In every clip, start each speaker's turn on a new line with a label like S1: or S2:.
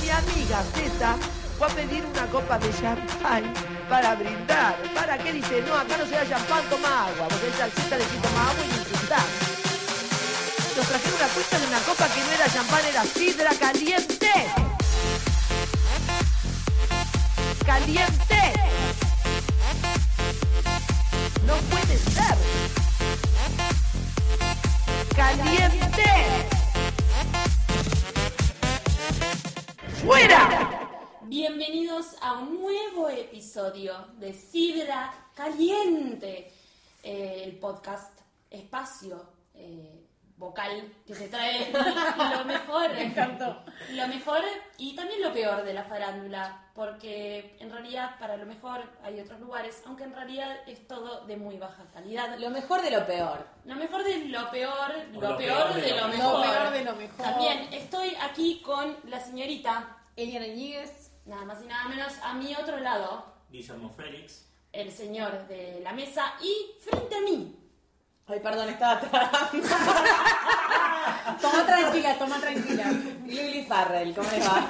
S1: amiga Z fue a pedir una copa de champán para brindar. ¿Para qué dice? No, acá no se da champán, toma agua. Porque el salsita le quita más agua y disfrutar. Nos trajeron una cuenta de una copa que no era champán, era sidra caliente. ¡Caliente! No puede ser. ¡Caliente! ¡Fuera!
S2: Bienvenidos a un nuevo episodio de Sidra Caliente, eh, el podcast espacio eh, vocal que te trae lo mejor, lo mejor y también lo peor de la farándula, porque en realidad para lo mejor hay otros lugares, aunque en realidad es todo de muy baja calidad.
S3: Lo mejor de lo peor.
S2: Lo mejor de lo peor, lo,
S4: O lo
S2: peor, de, lo, mejor.
S5: peor de lo mejor.
S2: También estoy aquí con la señorita
S3: Eliana Ñíguez.
S2: nada más y nada menos a mi otro lado,
S4: Guillermo Félix.
S2: el señor de la mesa y frente a mí.
S3: Ay, perdón, estaba trabajando.
S5: Toma tranquila, toma tranquila.
S3: Lily Farrell, ¿cómo les va?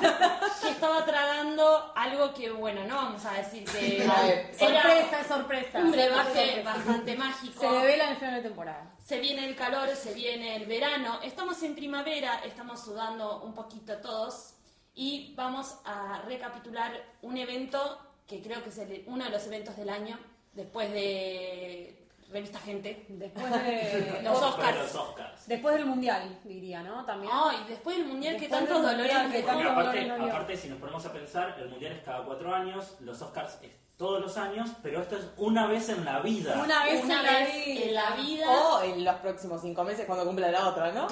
S2: Que estaba tragando algo que, bueno, no vamos a decir que
S3: A ver,
S2: era
S5: Sorpresa, sorpresa.
S2: un brebaje bastante mágico.
S5: Se revela el final de temporada.
S2: Se viene el calor, se viene el verano. Estamos en primavera, estamos sudando un poquito todos y vamos a recapitular un evento que creo que es el- uno de los eventos del año después de Revista Gente.
S5: Después, de-
S2: Los
S4: Pero
S2: Oscars.
S4: Los Oscars.
S5: después del mundial, diría, ¿no? También.
S2: Ay, después del mundial que
S5: Después
S2: tantos
S5: del
S2: dolores
S5: mundial
S2: me
S5: que
S2: dejó.
S4: Porque
S5: tanto-
S4: aparte,
S5: no, no, no.
S4: aparte, si nos ponemos a pensar, el mundial es cada cuatro años, los Oscars es todos los años, pero esto es una vez en la vida.
S5: Una vez
S2: Una
S5: en la
S2: vez
S5: vida.
S2: en la vida.
S3: O en los próximos cinco meses cuando cumpla la otra, ¿no?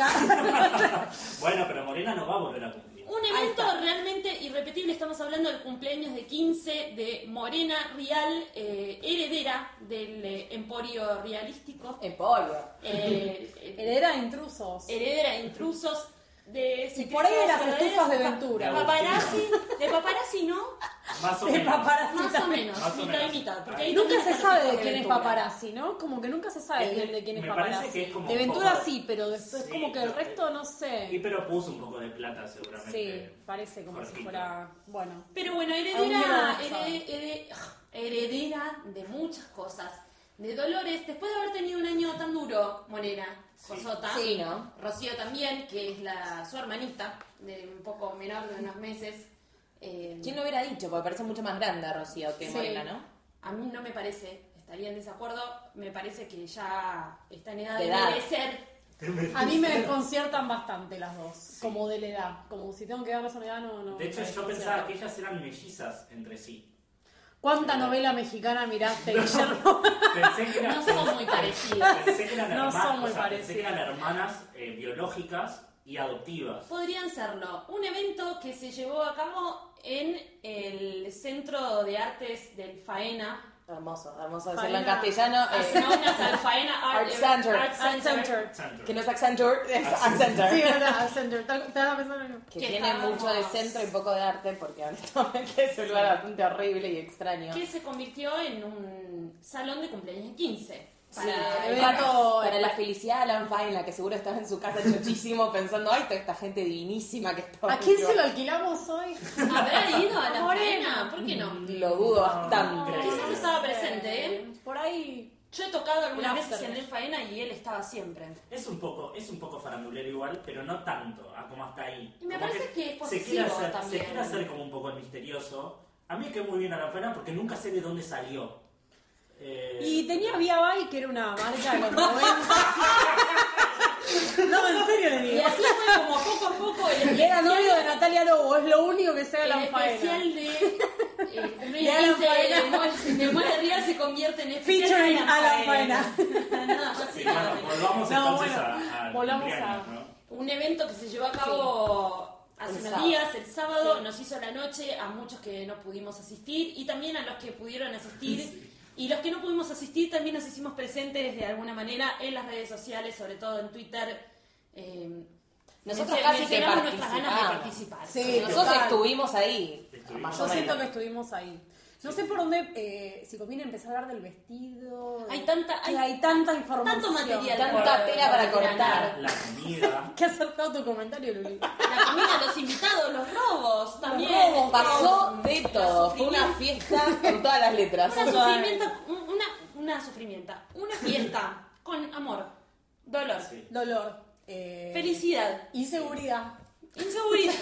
S4: Bueno, pero Morena no va a volver a cumplir.
S2: Un
S3: Ahí
S2: evento
S3: está.
S2: realmente irrepetible. Estamos hablando del cumpleaños de 15 de Morena Rial, eh, heredera del eh, emporio realístico.
S3: En pollo.
S2: Eh, eh,
S5: Heredera de intrusos.
S2: heredera de intrusos. De
S5: Y por ahí de las
S2: secretos
S5: estufas de
S2: verdaderos.
S5: Ventura.
S2: De paparazzi, de paparazzi no,
S4: Más o
S5: De
S4: menos.
S5: paparazzi
S2: más o
S5: también.
S2: menos,
S4: Más o
S2: mitad y
S4: menos.
S2: mitad. porque
S4: Ahí.
S2: hay
S5: Nunca
S2: también
S5: se sabe de
S2: estatuas
S5: quién es
S2: Ventura.
S5: paparazzi, ¿no? Como que nunca se sabe
S4: Es que
S5: bien de quién es
S4: Eh, me parece
S5: paparazzi.
S4: que es como
S5: de
S4: un
S5: Ventura
S4: poco-
S5: sí, pero después
S4: Sí,
S5: como que el
S4: no,
S5: resto no
S4: Y
S5: sé.
S4: pero puso un poco de plata seguramente.
S5: Sí, parece como si
S4: Jorgito.
S5: fuera. Bueno.
S2: Pero bueno,
S5: Algún día
S2: heredera,
S5: vamos a
S2: herede- herede- heredera de muchas cosas. De Dolores, después de haber tenido un año tan duro, Morena,
S4: Sí.
S2: Cosota,
S3: Sí, ¿no?
S2: Rocío también, que es la su hermanita, de un poco menor de unos meses. eh,
S3: ¿Quién lo hubiera dicho? Porque parece mucho más grande Rocío que
S2: Sí.
S3: Morena, ¿no?
S2: A mí no me parece, estaría en desacuerdo, me parece que ya está en edad
S3: De
S2: de,
S3: edad.
S2: merecer.
S5: A mí me desconciertan bastante las dos, como de la edad. Como si tengo que darles una edad, no. no
S4: De hecho,
S5: me
S4: yo
S5: desconcierta.
S4: pensaba que ellas eran mellizas entre sí.
S5: ¿Cuánta novela mexicana miraste, Guillermo?
S4: Pensé que eran,
S2: No son muy parecidas.
S4: pensé que eran
S5: No
S4: hermanas,
S5: son muy
S4: o sea, pensé que eran
S5: parecidas.
S4: hermanas eh, biológicas y adoptivas.
S2: Podrían serlo. Un evento que se llevó a cabo en el Centro de Artes del Faena,
S3: Hermoso, hermoso decirlo en
S5: Faena.
S3: castellano.
S2: As
S3: eh,
S2: known as Alfaena Art,
S3: Art Center.
S2: Art
S5: Art
S2: Center.
S5: Center.
S4: Sandra.
S3: que no es Accenture, es Accenture.
S5: Sí, verdad, Art Center. Te te vas a pensar en-
S3: Que
S2: Que
S3: tiene
S2: estábamos-
S3: mucho de centro y poco de arte, porque honestamente es un lugar bastante horrible y extraño.
S2: Que se convirtió en un salón de cumpleaños de 15.
S3: Sí,
S2: Para
S3: para,
S5: evento-
S3: para la felicidad de Alan Faina, que seguro estaba en su casa chochísimo pensando, ay, toda esta gente divinísima que está.
S5: ¿A quién se lo alquilamos hoy?
S2: ¿Habrá ido a la
S5: Morena.
S2: faena? ¿Por qué no?
S3: Lo dudo bastante.
S4: No.
S2: Quizás estaba presente, ¿eh?
S5: Por ahí.
S2: Yo he tocado algunas
S5: Un
S2: veces
S5: after.
S2: en el faena y él estaba siempre.
S4: Es un poco, es un poco farandulero igual, pero no tanto, a como hasta ahí.
S2: Y me
S4: Como
S2: parece que es
S4: se quiere,
S2: posesivo
S4: hacer,
S2: también.
S4: se quiere hacer como un poco el misterioso. A mí que muy bien a la pena porque nunca sé de dónde salió. Eh,
S5: Y tenía Vía Bay, que era una marca de los 90. No, en serio le
S2: Y
S5: digo.
S2: así fue como poco a poco el
S5: Que era
S2: especial,
S5: novio de Natalia Lobo, es lo único que
S3: Eh,
S5: sea
S2: el
S5: la faena.
S2: especial de... eh,
S5: De
S2: cumpleaños
S5: Alan
S2: 15 de
S5: Faena.
S2: Mon- de Mona Real se convierte en este, especial
S5: Featuring
S2: de
S5: Alan
S2: Nada más
S4: sí,
S2: y
S4: bueno,
S2: nada menos.
S4: volvamos
S5: No,
S4: entonces
S5: bueno,
S4: a, al
S5: volvamos
S4: cumpleaños,
S5: a-
S4: ¿no?
S2: Un evento que se llevó a cabo hace
S3: El
S2: unos
S3: sábado.
S2: días, el sábado,
S5: Sí.
S2: nos hizo la noche a muchos que no pudimos asistir y también a los que pudieron asistir. Y los que no pudimos asistir también nos hicimos presentes de alguna manera en las redes sociales, sobre todo en Twitter. Eh,
S3: Nosotros
S2: menc-
S3: casi que
S2: mencionamos nuestras ganas de
S3: participamos.
S2: participar.
S5: Sí.
S3: Nosotros
S5: Total.
S3: estuvimos ahí.
S4: Estuvimos.
S3: más o
S5: Yo siento que
S3: menos.
S5: estuvimos ahí. No sé por dónde, eh, si conviene empezar a hablar del vestido. de-
S2: Hay tanta-
S5: que
S2: hay-
S5: hay tanta información.
S2: Tanto material.
S3: Tanta
S2: para-
S3: tela para cortar.
S4: La comida.
S5: Qué acertado tu comentario, Luli.
S2: La comida, los invitados, los robos también.
S3: pasó de todo. Fue una
S2: sufrimiento.
S3: fiesta con todas las letras.
S2: Una sufrimienta, un- una, una sufrimienta, una fiesta con amor, dolor,
S4: Sí.
S5: Dolor. eh,
S2: felicidad,
S5: Inseguridad.
S2: inseguridad,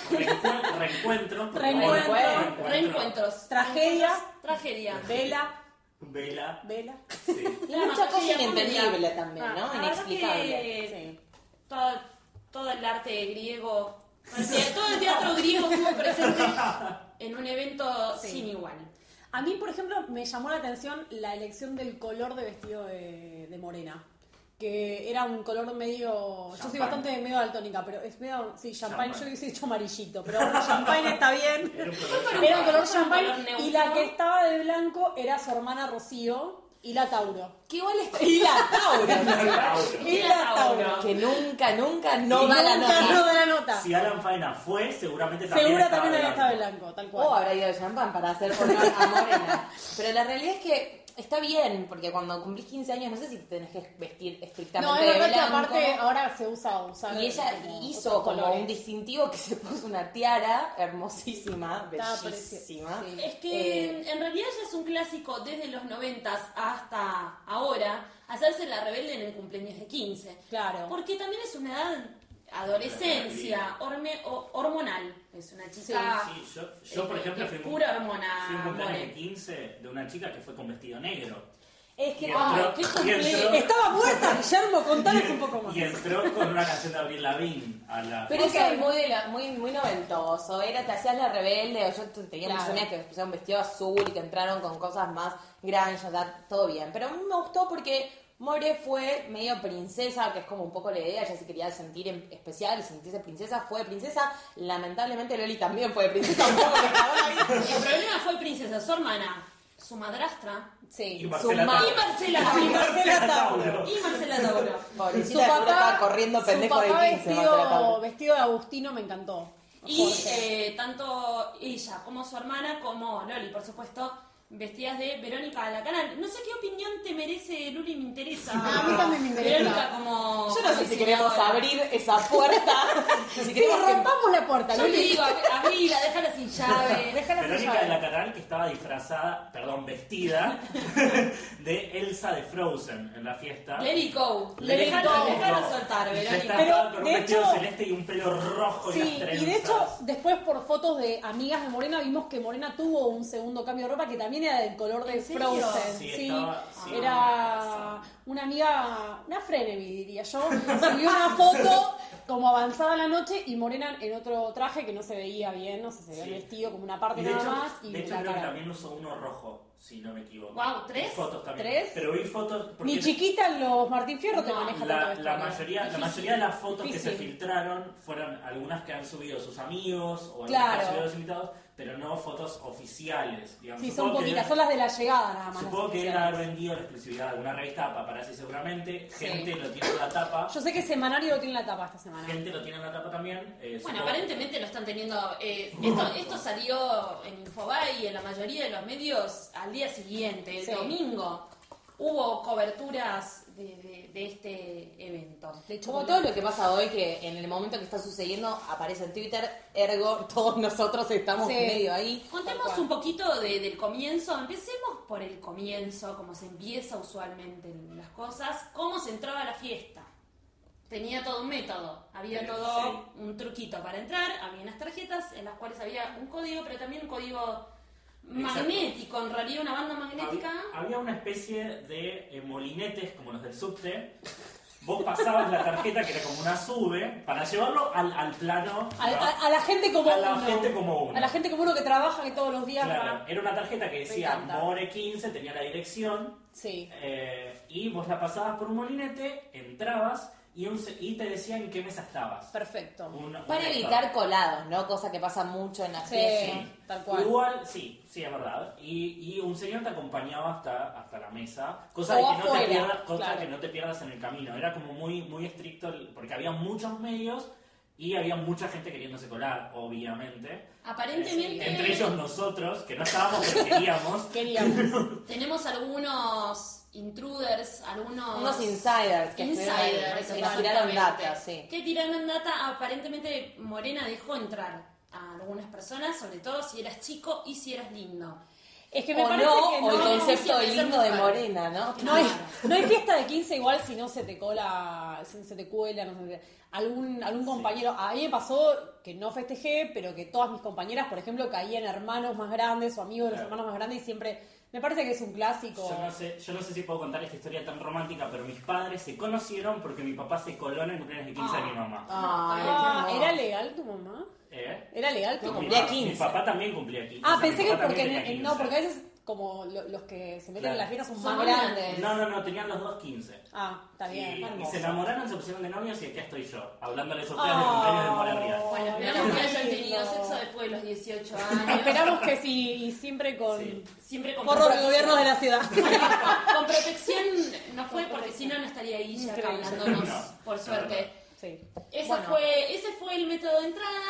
S4: Reencuentro. Reencuentro. por favor.
S5: Reencuentro.
S2: reencuentros,
S5: Tragedia.
S2: Reencuentros, tragedia,
S5: Vela.
S4: Vela.
S5: Vela.
S4: Sí.
S2: La
S3: Mucha cosa
S2: tragedia
S3: inentendible
S2: comedia.
S3: también,
S5: Ah,
S3: ¿no?
S2: la verdad que-
S3: Inexplicable.
S2: Todo, todo el arte griego, o sea, todo el teatro griego estuvo presente en un evento
S5: Sí.
S2: sin igual.
S5: A mí, por ejemplo, me llamó la atención la elección del color de vestido de, de Morena. Que era un color medio. Yo soy
S4: Champagne.
S5: bastante medio daltónica, pero es medio. Sí, champagne,
S4: Champagne.
S5: yo hubiese dicho amarillito, pero bueno, champagne está bien.
S2: Pero-
S4: Era un color
S5: Era un color
S2: Color
S5: champagne y la
S2: neutro.
S5: que estaba de blanco era su hermana Rocío y la Tauro.
S3: Que igual es. Y la Tauro.
S4: champagne.
S5: Y la Tauro.
S3: que nunca, nunca no
S5: Y
S3: da la
S5: nunca
S3: nota.
S5: no da la nota.
S4: Si Alan Faena fue, seguramente también
S5: Segura
S4: estaba
S5: también había
S4: hablando.
S5: estado blanco, tal
S3: O
S5: cual.
S3: habrá ido de champán para hacer honor a Morena. Pero la realidad es que está bien, porque cuando cumplís 15 años no sé si te tenés que vestir
S5: No,
S3: estrictamente
S5: es
S3: de
S5: verdad que
S3: blanco.
S5: aparte ahora se usa usar.
S3: y ella
S5: como
S3: hizo
S5: otros
S3: como
S5: colores.
S3: un distintivo que se puso una tiara hermosísima,
S5: Estaba
S3: bellísima.
S5: preciosa, sí.
S2: Es que
S3: Eh,
S2: en realidad ya es un clásico desde los 90 hasta ahora hacerse la rebelde en el cumpleaños de 15.
S5: Claro.
S2: Porque también es una edad adolescencia, horme- o- hormonal. Es una chica.
S4: Sí, yo, yo, por
S2: eh,
S4: ejemplo,
S2: Ah, es
S4: fui un-
S2: pura hormona.
S4: fui un cumpleaños de
S2: more.
S4: 15 de una chica que fue con vestido negro.
S5: Es que
S4: Y
S5: ah,
S4: entró-
S5: qué
S4: y entró-
S5: complejo. Estaba muerta, Guillermo, contanos un poco más.
S4: Y entró con una canción de Abril Lavigne a la
S3: Pero
S5: Ok.
S3: eso es muy, de la- muy, muy noventoso. Era, te hacías la rebelde. O yo t- tenía muchas
S5: Claro.
S3: amigas que pusieron vestido azul y que entraron con cosas más grandes, todo bien. Pero a mí me gustó porque More fue medio princesa, que es como un poco la idea. Ella se quería sentir en- especial y sentirse princesa. Fue princesa. Lamentablemente Loli también fue princesa. un poco le cagó la vida.
S2: El problema fue Princesa, su hermana, su madrastra
S3: Sí,
S4: Y Marcela
S3: ma-
S2: y Marcela.
S5: Y Marcela Tauro.
S2: y Marcela Tauro.
S3: Pobrecita, seguro estaba corriendo
S5: su
S3: pendejo de
S5: papá
S3: 15. Marcela
S5: vestido,
S3: Tauro.
S5: vestido de Agustino me encantó.
S2: Y
S5: Jorge.
S2: eh, tanto ella como su hermana, como Loli, por supuesto, vestidas de Verónica la canal. No sé qué opinión te merece Luli, me interesa.
S5: A mí también me interesa.
S2: Verónica como.
S3: Yo no sé si
S2: diseñadora.
S3: queremos abrir esa puerta. si
S5: Sí,
S3: queremos que-
S5: rompamos la puerta,
S2: Yo le
S5: Luli.
S2: digo, ab- abrila, déjala sin llave.
S5: Déjala sin
S4: Verónica de la
S5: llave.
S4: Canal que estaba disfrazada, perdón, vestida de Elsa de Frozen en la fiesta.
S2: Let it go.
S4: Let it
S2: Déjala
S5: go.
S2: déjala soltar,
S4: Y ya
S2: Verónica.
S4: estaba
S5: Pero,
S4: con un
S5: de
S4: vestido
S5: hecho-
S4: celeste y un pelo rojo y
S5: Sí,
S4: las trenzas.
S5: y de hecho, después por fotos de amigas de Morena vimos que Morena tuvo un segundo cambio de ropa que también era del color de
S2: ¿En serio?
S5: Frozen.
S4: Sí,
S5: Sí,
S4: estaba- sí.
S5: era una amiga, una frenemy diría yo, subió una foto como avanzada la noche y Morena en otro traje que no se veía bien, no sé, se veía
S4: Sí.
S5: el vestido como una parte
S4: Y de
S5: nada
S4: hecho,
S5: más y
S4: de hecho
S5: la
S4: creo que
S5: cara.
S4: también usó uno rojo, si no me equivoco.
S2: Guau, ¿tres?
S4: Fotos también.
S5: ¿Tres?
S4: Pero vi fotos... porque
S5: Ni chiquita en los Martín Fierro te
S2: No,
S5: maneja tanto
S4: La,
S5: esto, ¿eh?
S4: la
S5: ¿no?
S4: mayoría, la
S5: Difícil.
S4: mayoría de las fotos que se
S5: Difícil.
S4: filtraron fueron algunas que han subido sus amigos o algunas que
S5: Claro.
S4: han subido los invitados, pero no fotos oficiales. Digamos.
S5: Sí, son
S4: Supongo que
S5: poquitas,
S4: deben-
S5: son las de la llegada nada más.
S4: Supongo
S5: las
S4: que era
S5: oficiales.
S4: haber vendido la exclusividad de alguna revista a paparazzi seguramente.
S5: Sí.
S4: Gente lo tiene en la tapa.
S5: Yo sé que Semanario lo tiene en la tapa esta semana.
S4: Gente lo tiene en la tapa también. eh,
S2: Bueno,
S4: supongo-
S2: aparentemente lo están teniendo. eh, esto, esto salió en Infobae y en la mayoría de los medios al día siguiente, el
S5: Sí.
S2: domingo. Hubo coberturas de, de- de este evento.
S5: De hecho,
S3: Como todo lo que pasa hoy, que en el momento que está sucediendo aparece en Twitter, ergo todos nosotros estamos
S5: Sí.
S3: medio ahí.
S2: Contemos un poquito de- del comienzo. Empecemos por el comienzo, cómo se empieza usualmente las cosas, cómo se entraba a la fiesta. Tenía todo un método, había
S4: Sí.
S2: todo un truquito para entrar, había unas tarjetas en las cuales había un código, pero también un código magnético, en realidad una banda magnética.
S4: Hab- Había una especie de eh, molinetes como los del subte. Vos pasabas la tarjeta que era como una sube para llevarlo al, al plano.
S5: A,
S4: ¿no?
S5: a- a la gente como
S4: A la
S5: uno.
S4: gente como uno.
S5: A la gente como uno que trabaja que todos los días
S4: Claro,
S5: va.
S4: era una tarjeta que decía
S5: encanta.
S4: More 15, tenía la dirección,
S5: Sí.
S4: eh, y vos la pasabas por un molinete, entrabas y, un se- y te decían en qué mesa estabas.
S5: Perfecto.
S4: Un- un
S3: Para
S4: lector.
S3: evitar colados, ¿no? Cosa que pasa mucho en las
S5: Sí.
S3: fiestas.
S5: tal cual.
S4: Igual, sí, sí, es verdad. Y, y un señor te acompañaba hasta, hasta la mesa, cosa,
S5: O
S4: de que, no te
S5: afuera,
S4: pierdas, cosa
S5: claro.
S4: que no te pierdas en el camino. Era como muy, muy estricto, el- porque había muchos medios y había mucha gente queriéndose colar, obviamente.
S2: Aparentemente
S4: Entre ellos nosotros, que no estábamos, pero queríamos.
S5: Queríamos.
S2: tenemos algunos intruders, algunos
S3: Unos insiders que estuvieron ahí,
S2: insiders,
S3: que nos tiraron
S2: exactamente.
S3: data, sí.
S2: Que tiraron data, aparentemente Morena dejó entrar a algunas personas, sobre todo si eras chico y si eras lindo.
S5: Es que me
S3: O
S5: parece
S3: no,
S5: que
S3: o el
S5: no.
S3: concepto
S2: no,
S3: de
S2: sí,
S3: lindo
S2: sí,
S3: de
S2: sí.
S3: morena, ¿no?
S5: No hay, no hay fiesta de 15 igual si no se te cola, si no se te cuela, no sé, algún, algún compañero. A mí me pasó que no festejé, pero que todas mis compañeras, por ejemplo, caían hermanos más grandes o amigos de los
S4: Claro.
S5: hermanos más grandes y siempre, me parece que es un clásico.
S4: Yo no, sé, yo no sé si puedo contar esta historia tan romántica, pero mis padres se conocieron porque mi papá se coló en el cumpleaños de 15 de mi mamá.
S3: Ay,
S5: Ah,
S3: qué hermoso.
S5: ¿Era legal tu mamá?
S4: ¿Eh?
S5: ¿Era legal tu
S3: No,
S5: mamá?
S4: Mi
S3: cumplía
S4: pa-
S3: 15.
S4: Mi papá también cumplía 15.
S5: Ah,
S4: mi
S5: pensé que
S4: papá
S5: porque
S4: también
S5: en-
S4: tenía
S5: no,
S4: 15.
S5: porque a veces como lo- los que se meten
S4: Claro.
S5: en las fiestas son
S2: Son
S5: más grandes.
S4: No, no, no, tenían los dos 15.
S5: Ah, está
S4: Y,
S5: bien.
S4: y
S5: hermoso.
S4: se enamoraron, se pusieron de novios y acá estoy yo, hablándole esos ustedes de cumpleaños de Morelia.
S5: Ah,
S2: Bueno, esperamos que hayan tenido sexo después de los 18 años.
S5: Esperamos que sí, y siempre con
S4: Sí.
S2: Siempre con
S5: porro del gobierno de la ciudad.
S2: Con protección no fue porque si no no estaría ahí ya
S5: Increíble.
S2: hablándonos,
S4: No,
S2: por
S4: no,
S2: suerte.
S5: Sí.
S2: Eso
S5: Bueno.
S2: fue, ese fue el método de entrada,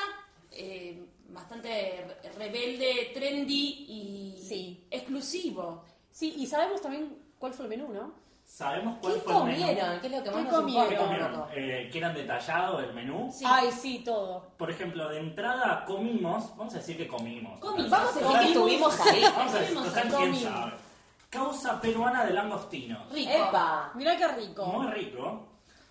S2: eh, bastante re- rebelde, trendy y
S5: Sí.
S2: exclusivo.
S5: Sí, y sabemos también cuál fue el menú, ¿no?
S4: ¿Sabemos cuál
S3: ¿Qué
S4: fue el menú?
S3: comieron? ¿Qué es lo que
S5: ¿Qué
S3: más nos importa?
S4: ¿Qué
S5: comieron?
S4: comieron? Eh, ¿Quieran detallado el menú?
S2: Sí.
S5: Ay, sí, todo.
S4: Por ejemplo, de entrada comimos, vamos a decir que comimos.
S2: Comimos.
S3: Vamos a decir que
S2: Comimos.
S3: estuvimos ahí.
S4: Vamos a decir,
S2: Comimos,
S4: total, quién
S5: comimos.
S4: sabe. Causa peruana de langostino.
S2: Rico.
S3: ¡Epa!
S5: Mirá qué rico.
S4: Muy rico.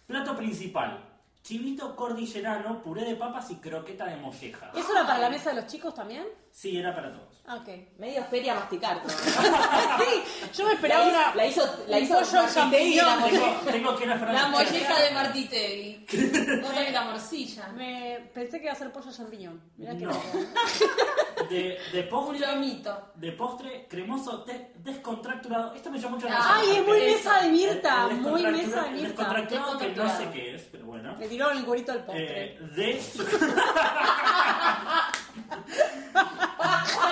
S4: Plato principal. Chivito cordillerano, puré de papas y croqueta de molleja.
S5: ¿Eso era para la mesa de los chicos también?
S4: Sí, era para todos.
S5: Ah, ok.
S3: Medio feria masticar. ¿no?
S5: sí, yo me esperaba
S3: La hizo-
S5: una.
S3: la hizo- la
S5: un
S3: hizo
S5: pollo al
S3: Martín Tegui, la
S5: champiñón.
S4: Tengo, tengo que ir a
S2: La
S4: Francia.
S2: molleja de Martitegui. eh, Otra que la morcilla.
S5: Me pensé que iba a ser pollo champiñón. Mirá qué
S4: No.
S5: rico.
S4: De, de
S2: Un
S4: postre,
S2: lomito.
S4: de postre cremoso des- descontracturado. Esto me llamó mucho la
S2: Ay,
S4: atención.
S5: es muy
S4: El-
S5: mesa de Mirta,
S4: el
S5: muy
S4: descontractura-
S5: mesa de
S4: el
S5: Mirta.
S4: Descontracturado, que no sé
S2: Descontracturado.
S4: qué es, pero bueno.
S5: Le tiraron el cuerito al postre.
S4: Eh, de
S2: Ser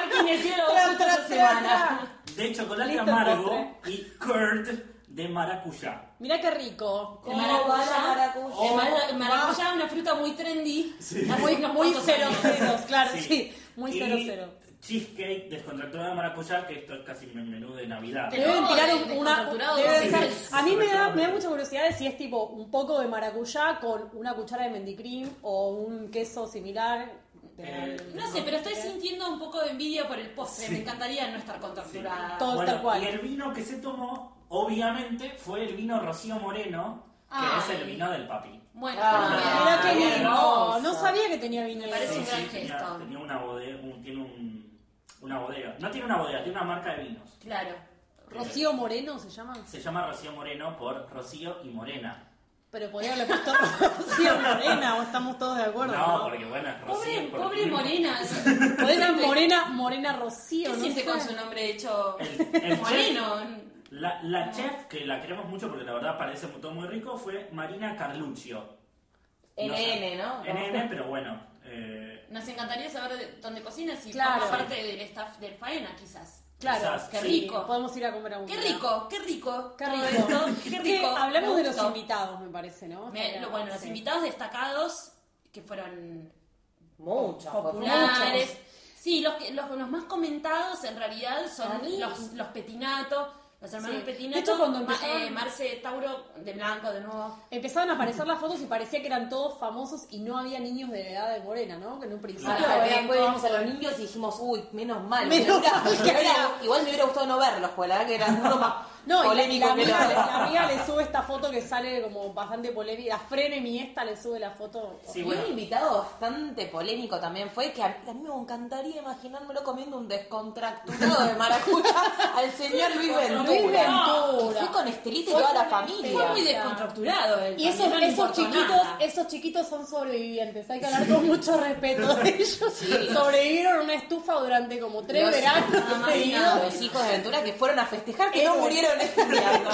S2: kinesiólogo
S5: Tra,
S2: justo
S5: tra,
S2: esa
S5: tra,
S2: semana.
S5: tra.
S4: De chocolate
S5: Listo el
S4: amargo y curd de maracuyá.
S5: Mirá qué rico. Ah.
S2: De
S3: ¿Cómo va la maracuyá?
S2: maracuyá. De mara- maracuyá, una fruta muy trendy.
S4: Sí.
S2: Hace
S5: Muy,
S2: unos
S5: muy
S2: cuantos
S5: cero
S2: años.
S5: ceros, claro, sí. Muy
S4: Y
S5: cero cero.
S4: Cheesecake descontracturado de maracuyá, que esto es casi mi menú de Navidad. Eh,
S5: Le deben
S2: No,
S5: tirar
S2: de-
S5: un-
S2: de
S5: una.
S2: concentrado,
S5: debe
S4: sí.
S5: ser-
S4: Sí.
S5: a mí me da, me da
S4: Sí.
S5: mucha curiosidad de si es tipo un poco de maracuyá con una cuchara de mendicrim o un queso similar.
S4: Eh,
S2: No sé, pero estoy sintiendo un poco de envidia por el postre.
S4: Sí.
S2: Me encantaría no estar contracturada.
S5: Todo tal cual.
S4: Y el vino que se tomó, obviamente, fue el vino Rocío Moreno, que
S2: Ay.
S4: es el vino del papi.
S2: Bueno,
S3: Ah,
S5: Mirá
S2: está
S5: qué
S2: muy bien.
S3: qué
S5: lindo.
S3: hermoso.
S5: No sabía que tenía vino.
S2: Me parece
S5: eso.
S2: un gran
S4: tenía,
S2: gesto.
S4: tenía una bodega, un- tiene un- una bodega. No tiene una bodega, tiene una marca de vinos.
S2: Claro.
S5: Rocío Moreno se llama.
S4: Se llama Rocío Moreno por Rocío y Morena.
S5: Pero podría haberle puesto Rocío Morena, o estamos todos de acuerdo.
S4: No, porque bueno, es Rocío.
S2: Pobre,
S4: porque-
S2: pobre Morena.
S5: Podría ser
S2: Siente-
S5: Morena, Morena Rocío.
S2: ¿Qué
S5: no
S2: siente
S5: sé.
S2: con su nombre hecho
S4: El- el
S2: moreno?
S4: La, la chef, que la queremos mucho porque la verdad parece todo muy rico, fue Marina Carluccio.
S3: NN, ¿no?
S4: NN, pero bueno. eh,
S2: Nos encantaría saber de dónde cocinas y
S5: Claro.
S2: forma parte del staff del faena, quizás.
S5: Claro,
S4: quizás,
S5: qué
S4: sí.
S5: rico. Podemos ir a comer a un
S2: Qué
S5: lugar.
S2: rico, qué rico.
S5: Qué
S2: todo
S5: rico.
S2: esto, Qué rico.
S5: Sí, hablamos
S2: Me
S5: de los
S2: gustó.
S5: invitados, me parece, ¿no?
S2: Me- lo- bueno, los
S5: Sí.
S2: invitados destacados que fueron
S3: Mucho.
S2: populares.
S5: muchos.
S2: Sí, los, que- los, los más comentados en realidad
S3: A
S2: son
S3: mí-
S2: los, los Petinato, los hermanos
S5: Sí.
S2: Petinato.
S5: De hecho, cuando
S2: Ma-
S5: empezaron-
S2: eh, Marce Tauro de blanco de nuevo.
S5: Empezaban a aparecer las fotos y parecía que eran todos famosos y no había niños de la edad de Morena, ¿no? Que en un principio
S3: Claro,
S5: había
S3: después
S5: todos-
S3: vimos a los niños y dijimos, uy, menos mal.
S5: Menos
S3: Me hubiera-
S5: mal que
S3: me hubiera-
S5: había-
S3: igual me hubiera gustado no verlos, porque la verdad que era uno más
S5: No, y la, y la
S3: polémico que
S5: amiga, le-
S3: el otro.
S5: la amiga le sube esta foto que sale como bastante polémica. La Frenemy esta le sube la foto.
S4: Sí,
S3: Y
S4: bueno.
S3: un invitado bastante polémico también fue que a, a mí me encantaría imaginármelo comiendo un descontracturado de maracuyá al señor Luis Ventura.
S5: Luis Ventura.
S3: Que fue con Estelita y
S5: Fue
S3: toda
S5: con
S3: la familia.
S5: Estelita.
S2: Fue muy descontracturado el
S5: Y esos,
S2: no le
S5: esos
S2: importó
S5: chiquitos,
S2: nada.
S5: esos chiquitos son sobrevivientes, hay que hablar con mucho respeto de ellos. Sobrevivieron en una estufa durante como tres
S3: Los-
S5: veranos
S2: nada más y
S5: seguidos.
S2: nada.
S3: Los hijos de Ventura que fueron a festejar que no
S5: Eso.
S3: murieron estudiando.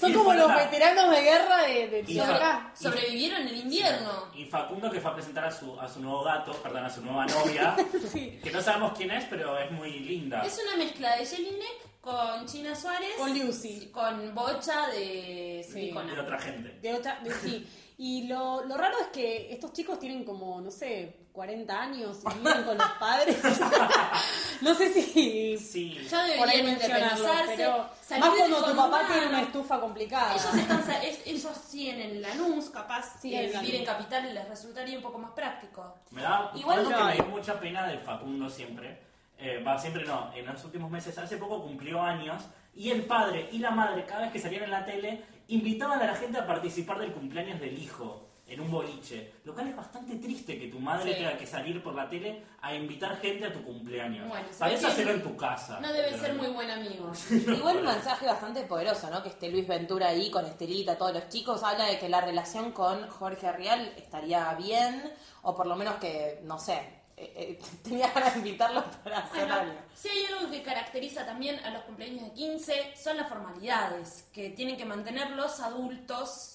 S5: Son
S4: Y
S5: como los
S4: falta-
S5: veteranos de guerra de, de,
S4: Y
S5: de
S4: fa-
S5: acá.
S2: Sobrevivieron el invierno.
S4: Y Facundo que fue a presentar a su, a su nuevo gato, perdón, a su nueva novia,
S5: Sí.
S4: que no sabemos quién es, pero es muy linda.
S2: Es una mezcla de Jelinek con China Suárez.
S5: Con Lucy.
S2: Con Bocha de silicona.
S4: De otra gente.
S5: De otra, de- sí. Y lo, lo raro es que estos chicos tienen como, no sé, 40 años y viven con los padres. No sé si
S4: Sí.
S2: Ya
S5: por ahí
S2: deberían
S5: mencionarlo,
S2: independizarse.
S5: pero
S2: salir
S5: más
S2: del
S5: cuando tu papá
S2: conurbano.
S5: tiene una estufa complicada.
S2: Ellos, están, sa- es- ellos siguen en Lanús, capaz
S5: Sí,
S2: eh,
S5: en
S2: vivir
S5: Lanús.
S2: en Capital les resultaría un poco más práctico.
S4: Me da
S2: Igual
S4: algo
S2: no
S4: que me
S2: hay.
S4: dio mucha pena del Facundo siempre. eh, va, siempre no, en los últimos meses, hace poco cumplió años y el padre y la madre, cada vez que salían en la tele, invitaban a la gente a participar del cumpleaños del hijo en un boliche. Lo cual es bastante triste que tu madre
S2: Sí.
S4: tenga que salir por la tele a invitar gente a tu cumpleaños.
S2: Bueno, se
S4: Para
S2: ve
S4: eso
S2: que
S4: hacerlo Ah, en tu casa.
S2: No debe
S4: pero
S2: ser
S4: no.
S2: muy buen amigo.
S3: Igual un mensaje bastante poderoso, ¿no? Que esté Luis Ventura ahí con Estelita, todos los chicos, habla de que la relación con Jorge Rial estaría bien, o por lo menos que, no sé, eh, eh, tenía ganas de invitarlo para hacer
S2: Bueno,
S3: algo.
S2: si hay algo que caracteriza también a los cumpleaños de 15 son las formalidades que tienen que mantener los adultos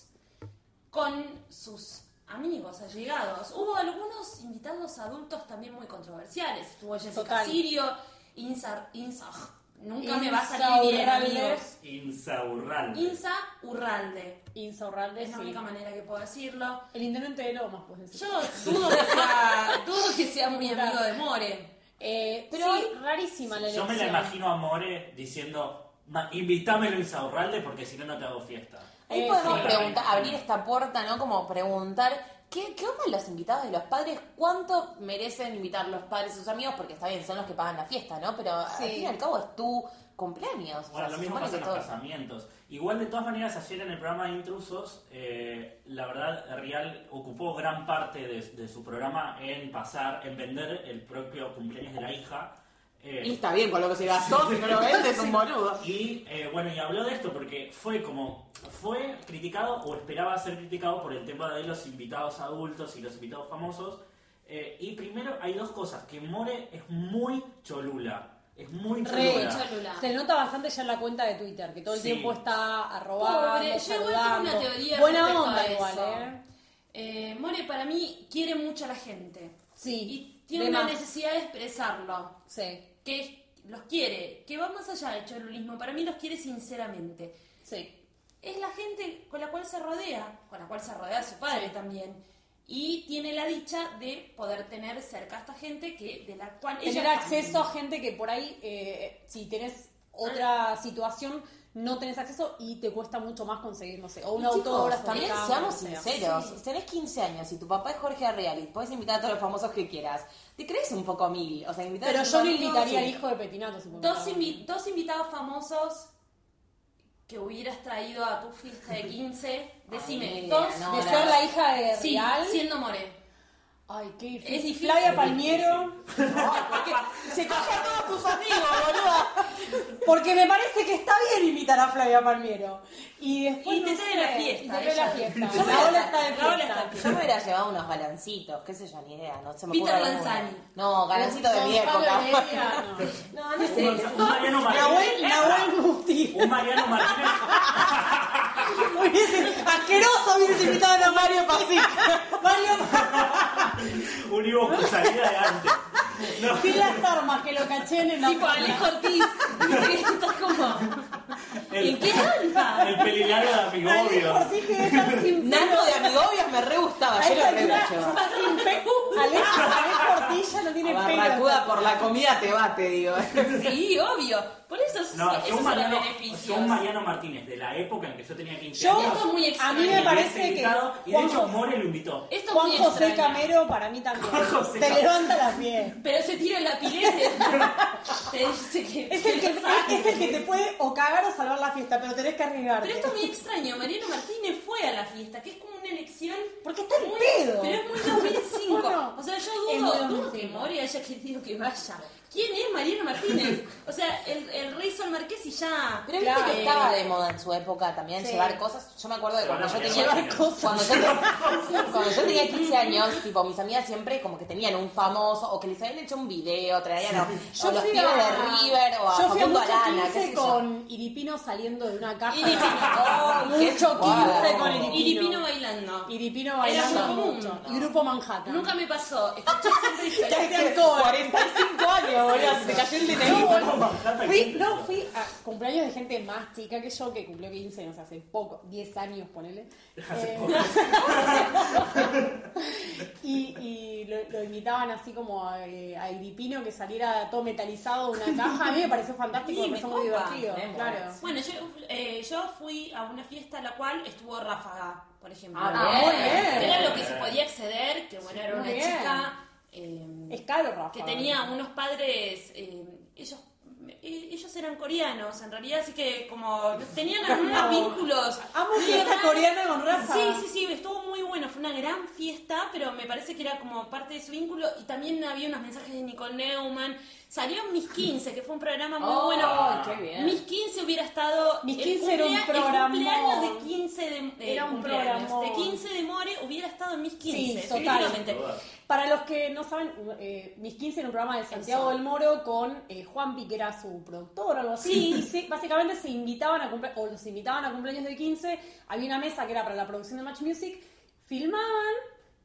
S2: con sus amigos allegados. Hubo algunos invitados adultos también muy controversiales. Estuvo Jessica
S5: Total.
S2: Sirio, Insa, Insa, nunca me va a salir bien,
S5: Insaurralde.
S2: amigos.
S4: Insaurralde.
S2: Insa Urralde.
S5: Insaurralde,
S2: Es la
S5: sí.
S2: única manera que puedo decirlo.
S5: El intendente de Lomas, pues. decir.
S2: Yo dudo que sea, dudo que sea muy amigo de More.
S5: Eh, pero
S2: Sí.
S5: es rarísima la
S4: Yo
S5: elección.
S4: me la imagino a More diciendo, "Ma- invítamelo a Insaurralde porque si no, no te hago fiesta.
S3: Ahí
S5: Eh,
S3: podemos
S4: sí.
S3: preguntar, abrir esta puerta, ¿no? Como preguntar, ¿qué, ¿qué onda los invitados de los padres? ¿Cuánto merecen invitar los padres a sus amigos? Porque está bien, son los que pagan la fiesta, ¿no? Pero
S5: Sí.
S3: al fin y al cabo es tu cumpleaños.
S4: Bueno, lo
S3: se
S4: mismo
S3: supone
S4: pasa en
S3: que
S4: los
S3: todos-
S4: casamientos. Igual, de todas maneras, ayer en el programa de Intrusos, eh, la verdad, Real ocupó gran parte de, de su programa en pasar, en vender el propio cumpleaños de la hija. eh,
S3: Y está bien con lo que se gastó, si no lo vendes, un boludo.
S4: y eh, bueno, y habló de esto porque fue como, fue criticado o esperaba ser criticado por el tema de los invitados adultos y los invitados famosos. Eh, y primero hay dos cosas, que More es muy cholula, es muy
S5: Re
S4: cholula.
S2: cholula.
S5: Se nota bastante ya en la cuenta de Twitter, que todo el
S4: Sí.
S5: tiempo está arrobando,
S2: Pobre, yo igual tengo una
S5: saludando.
S2: teoría
S5: Buena
S2: respecto
S5: onda
S2: a
S5: igual,
S2: eso.
S5: ¿eh?
S2: Eh, More para mí quiere mucho a la gente.
S5: Sí.
S2: Y tiene
S5: de
S2: una
S5: más.
S2: necesidad de expresarlo.
S5: Sí,
S2: Que es- los quiere. Que va más allá del cholulismo. Para mí los quiere sinceramente.
S5: sí.
S2: Es la gente con la cual se rodea. Con la cual se rodea su padre también. Y tiene la dicha de poder tener cerca a esta gente que, de la cual
S5: Tener
S2: ella es
S5: acceso
S2: fan.
S5: a gente que por ahí, eh, si tenés
S2: Ah.
S5: otra situación, no tenés acceso y te cuesta mucho más conseguir, no sé, o un
S3: Y chicos,
S5: autógrafo.
S3: también
S5: una cámara,
S3: seamos
S5: o sea.
S3: sinceros.
S2: Sí.
S3: Si tenés 15 años y tu papá es Jorge Real y podés invitar a todos los famosos que quieras, te crees un poco mil. O sea, invitar a
S5: Pero
S3: tus
S5: yo no
S3: amigos
S5: invitaría
S3: y-
S5: al hijo de Petinato, supongo.
S2: Dos, invi- dos invitados famosos que hubieras traído a tu fiesta de 15. Decime,
S3: Ay,
S2: dos.
S3: no,
S5: De ser la hija de
S2: Sí,
S5: Real.
S2: siendo More.
S5: Ay, qué difícil.
S2: Es difícil.
S5: Flavia Palmiero.
S3: No, porque se coge a todos tus amigos, boluda.
S5: Porque me parece que está bien imitar a Flavia Palmiero. Y después.
S2: Y
S5: no
S2: te
S5: sé,
S2: trae la fiesta,
S5: Y te trae
S2: ella.
S5: la fiesta.
S3: Yo me
S5: La ola
S3: la-
S5: está de
S2: la ola está
S5: fiesta.
S2: de fiesta.
S3: Yo me hubiera llevado unos galancitos, qué sé yo, ni idea. No se me
S2: Peter
S3: ocurre ninguno.
S2: Lanzani.
S3: No, galancitos de mi
S5: Gonzalo
S3: época.
S5: Herediano.
S3: No, no
S4: Un,
S3: sé.
S4: un Mariano
S5: Nahuel,
S4: Martínez.
S5: Nahuel Muti.
S4: Un Mariano Martínez.
S5: Hubiese- Asqueroso hubiese invitado a Mario Pasic. Mario
S4: Un Ivo con salida de antes. No.
S5: Sin las armas que lo caché en la
S2: Tipo Alejo Ortiz. Estás como. ¿En
S4: El,
S2: qué anda?
S4: el pelilargo de
S5: Alejo
S4: Amigobio.
S5: Ortiz que debe estar sin
S3: Nato de amigobios me re gustaba,
S5: A
S3: yo lo
S5: esta
S3: re
S5: altura,
S3: hubiera llevado.
S5: está sin pelo. Alejo, Alejo Ortiz ya no tiene
S3: A
S5: pelo.
S3: Barracuda por la comida te va, te digo.
S2: Sí, obvio. Por eso esos,
S4: No,
S2: esos son
S4: yo un,
S2: los
S4: Mariano, yo
S2: beneficios.
S4: un Mariano Martínez de la época en que yo tenía 15
S5: Yo,
S4: años.
S2: Esto es muy
S5: a
S2: extraño.
S5: mí me
S4: y
S5: parece que
S4: Y de
S5: Juan
S4: hecho,
S5: José,
S4: More lo invitó.
S2: Esto es
S5: Juan
S2: muy
S5: José
S2: extraño.
S5: Camero para mí también.
S4: Juan José
S5: Te
S4: Camero.
S5: levanta las pies.
S2: Pero se tira en la pileta. Te dice que.
S5: Es el, que,
S2: lo saque.
S5: es el que te puede o cagar o salvar la fiesta, pero tenés que arriesgarte.
S2: Pero esto es muy extraño. Mariano Martínez fue a la fiesta, que es como una elección.
S5: Porque está en
S2: muy-
S5: pedo.
S2: Pero es muy 2005.
S5: Bueno,
S2: o sea, yo dudo,
S5: es muy
S2: dudo que
S5: 2005.
S2: Moria haya querido que vaya. ¿Quién es Mariano Martínez? O sea, el, el rey Sol Marqués y ya.
S3: Pero viste
S5: Claro.
S3: que estaba de moda en su época también
S5: Sí.
S3: llevar cosas. Yo me acuerdo de
S4: Llevar
S3: cuando yo
S4: a
S3: tenía.
S4: Mariano
S5: Llevar cosas.
S3: Cuando yo, te- cuando yo tenía 15 años, tipo, mis amigas siempre como que tenían un famoso, o que les habían hecho un video, traían a, o los pibes de River, o a
S5: yo fui a
S3: Facundo
S5: mucho
S3: Arana, qué
S5: 15
S3: sé yo.
S5: con Iripino saliendo de una caja.
S2: Iripino.
S3: Ay, qué
S5: mucho
S3: guau.
S5: 15 con Iripino.
S2: Iripino bailando.
S5: Iripino
S2: Era
S5: bailando
S2: muy común,
S5: mucho.
S3: ¿no?
S5: Y Grupo Manhattan.
S2: Nunca me pasó. Escuché siempre
S5: Te
S2: diferente.
S5: hacían cover.
S3: 45 años, boludo, se te
S5: flashé el DNI.
S4: No,
S5: boludo.
S4: no, Manhattan,
S5: Fui,
S4: ¿qué
S5: no,
S4: es?
S5: fui a cumpleaños de gente más chica que yo, que cumplió 15 años hace poco, 10 años, ponele.
S4: Hace
S5: Eh,
S4: poco.
S5: y y lo, lo invitaban así como a, eh, a Iripino que saliera todo metalizado de una caja. A mí me pareció fantástico,
S2: Sí,
S5: me pareció
S2: me
S5: muy
S2: copa.
S5: divertido.
S3: Me mola.
S5: Claro.
S2: Bueno, yo, eh, yo fui a una fiesta en la cual estuvo Ráfaga, por ejemplo.
S3: Ah,
S5: Ah, muy bien.
S2: Que era lo que se podía acceder, que bueno, era una
S5: Muy bien.
S2: chica eh,
S5: Es caro, Rafa.
S2: que tenía unos padres, eh, ellos eh, ellos eran coreanos en realidad, así que como tenían algunos vínculos.
S5: Amo
S2: Y
S5: fiesta
S2: además-
S5: coreana con Rafa.
S2: Sí, sí, sí, estuvo muy bueno, fue una gran fiesta, pero me parece que era como parte de su vínculo y también había unos mensajes de Nicole Neumann. Salió en Mis 15, que fue un programa muy
S3: Oh,
S2: bueno.
S3: qué bien.
S2: Mis 15 hubiera estado.
S5: Mis
S2: el
S5: 15 era un
S2: cumplea-
S5: programón.
S2: El cumpleaños de 15 de. eh,
S5: Era un
S2: cumpleaños
S5: programón.
S2: De 15 de More hubiera estado en Mis 15,
S5: Sí, total.
S2: definitivamente.
S5: Para los que no saben, eh, Mis 15 era un programa de Santiago
S2: Eso.
S5: del Moro con eh, Juanpi, que era su productor o algo así.
S2: Sí.
S5: Y se- básicamente se invitaban a cumple o los invitaban a cumpleaños de 15. Había una mesa que era para la producción de Match Music. Filmaban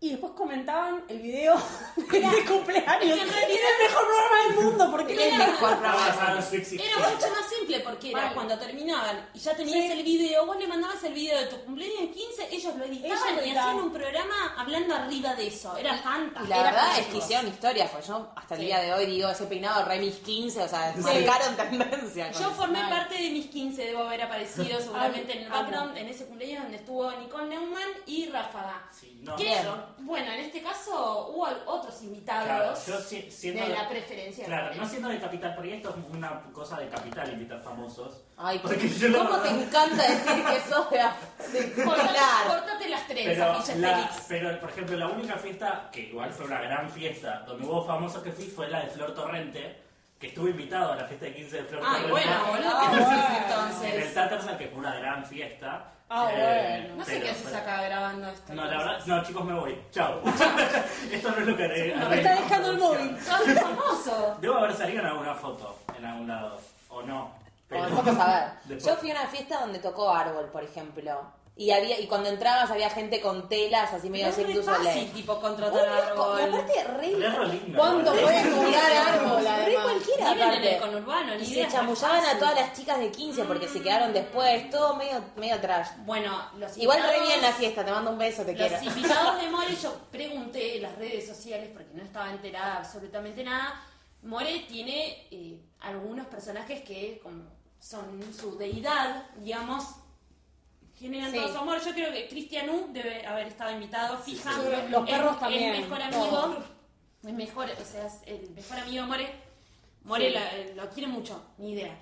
S5: y después comentaban el video de ese cumpleaños.
S2: Es que en realidad-
S5: era el mejor programa del mundo porque
S2: Era-
S5: era-
S4: Estaba basado en su existencia.
S2: Era mucho más simple porque era
S5: Vale.
S2: cuando terminaban y ya tenías
S5: Sí.
S2: el video, vos le mandabas el video de tu cumpleaños de 15, ellos lo editaban
S5: Ellos lo
S2: y
S5: editaban.
S2: hacían un programa hablando arriba de eso. Era
S3: Y
S2: fantástico.
S3: la
S2: Era
S3: verdad es
S2: fantástico.
S3: que hicieron historias, porque yo hasta el
S2: Sí.
S3: día de hoy digo, ese peinado re mis 15, o sea, marcaron tendencia. con
S2: Yo
S3: eso.
S2: formé
S5: Mal.
S2: parte de mis 15, debo haber aparecido seguramente
S5: Ay,
S2: en el
S5: amo.
S2: background en ese cumpleaños donde estuvo Nicole Neumann y Ráfaga.
S4: Sí, no,
S2: Que,
S3: Bien.
S2: bueno, en este caso hubo otros
S4: Claro,
S2: invitados
S4: yo si- siendo
S2: de
S4: de-
S2: la preferencia.
S4: Claro, no siendo de capital, porque esto es una cosa de capital invitar famosos.
S5: Ah,
S3: Ay,
S4: Porque yo la
S3: ¿cómo te
S4: verdad-
S3: encanta decir que sos de, af- de Pilar?
S2: Cortate las
S4: Pero,
S2: trenzas, Villa
S4: la-
S2: Félix.
S4: pero, por ejemplo, la única fiesta, que igual fue una gran fiesta, donde hubo famosos que fui, fue la de Flor Torrente, que estuve invitado a la fiesta de 15 de Flor
S2: Ay,
S4: Torrente.
S2: bueno, boludo,
S5: Ah,
S2: ¿qué te haces
S5: bueno.
S4: En el
S2: entonces?
S4: Tattersall, que fue una gran fiesta.
S5: Ah,
S4: Eh,
S5: bueno.
S2: No sé
S4: pero
S2: qué haces
S4: fue-
S2: acá grabando esto.
S4: No, la verdad, no, chicos, me voy. Chao. Esto no es lo que haré.
S2: Me
S5: está dejando el móvil.
S2: Sos famoso.
S4: Debo haber salido en alguna foto, en algún lado. O no.
S3: Bueno,
S4: pero-
S3: tampoco saber.
S4: Después-
S3: Yo fui a una fiesta donde tocó árbol, por ejemplo. Y había y cuando entrabas había gente con telas así medio
S2: Es
S3: Cirque
S2: muy
S3: du Soleil.
S2: fácil, tipo,
S3: Un
S2: contratar
S3: asco. Y
S2: árbol.
S3: aparte re
S4: Leandro Lindner,
S5: ¿Cuándo
S4: ¿no? Eh,
S5: puede colgar árbol?
S3: Re
S5: además?
S3: cualquiera
S2: Viven en el
S3: aparte.
S2: conurbano, ni
S3: Y
S2: idea,
S3: se
S2: es muy
S3: chamullaban a
S2: fácil.
S3: todas las chicas de 15 porque se quedaron después, todo medio, medio trash.
S2: Bueno, los
S3: Igual re
S2: invitados-
S3: bien la fiesta, te mando un beso, te quiero.
S2: Los invitados de More, yo pregunté en las redes sociales porque no estaba enterada absolutamente nada. More tiene eh, algunos personajes que como son su deidad, digamos, generan
S5: Sí.
S2: todo su amor. Yo creo que Cristian U debe haber estado invitado, fija.
S5: sí. Los
S2: Es-
S5: perros
S2: es
S5: también.
S2: mejor
S5: Todos.
S2: amigo. El mejor, o sea, es el mejor amigo de More. More
S5: Sí.
S2: la- eh, lo quiere mucho, ni idea.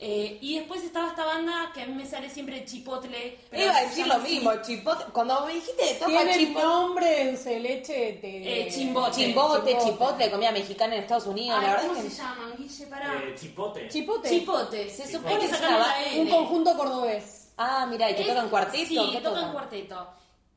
S2: Eh, y después estaba esta banda que a mí me sale siempre Chipotle. pero
S3: Iba a
S2: se
S3: decir
S2: llama
S3: lo
S2: así.
S3: mismo, chipote. Cuando me dijiste toca
S5: Tiene el
S3: chipote.
S5: nombre de dulce de leche de...
S2: Eh, chimbote.
S3: Chimbote, chipotle, comida mexicana en Estados Unidos,
S2: Ay,
S3: la verdad
S2: ¿Cómo
S3: es que.
S2: se llaman, Guille? Pará.
S4: Eh, Chipote.
S5: Chipote.
S2: Chipote, se
S4: Chipote.
S2: supone que
S3: Es
S2: sacan
S3: una
S2: la
S3: ba-
S2: N.
S5: Un conjunto cordobés.
S3: Ah, mira, y que
S2: Es-
S3: tocan cuarteto.
S2: Sí,
S3: ¿qué
S2: tocan cuarteto.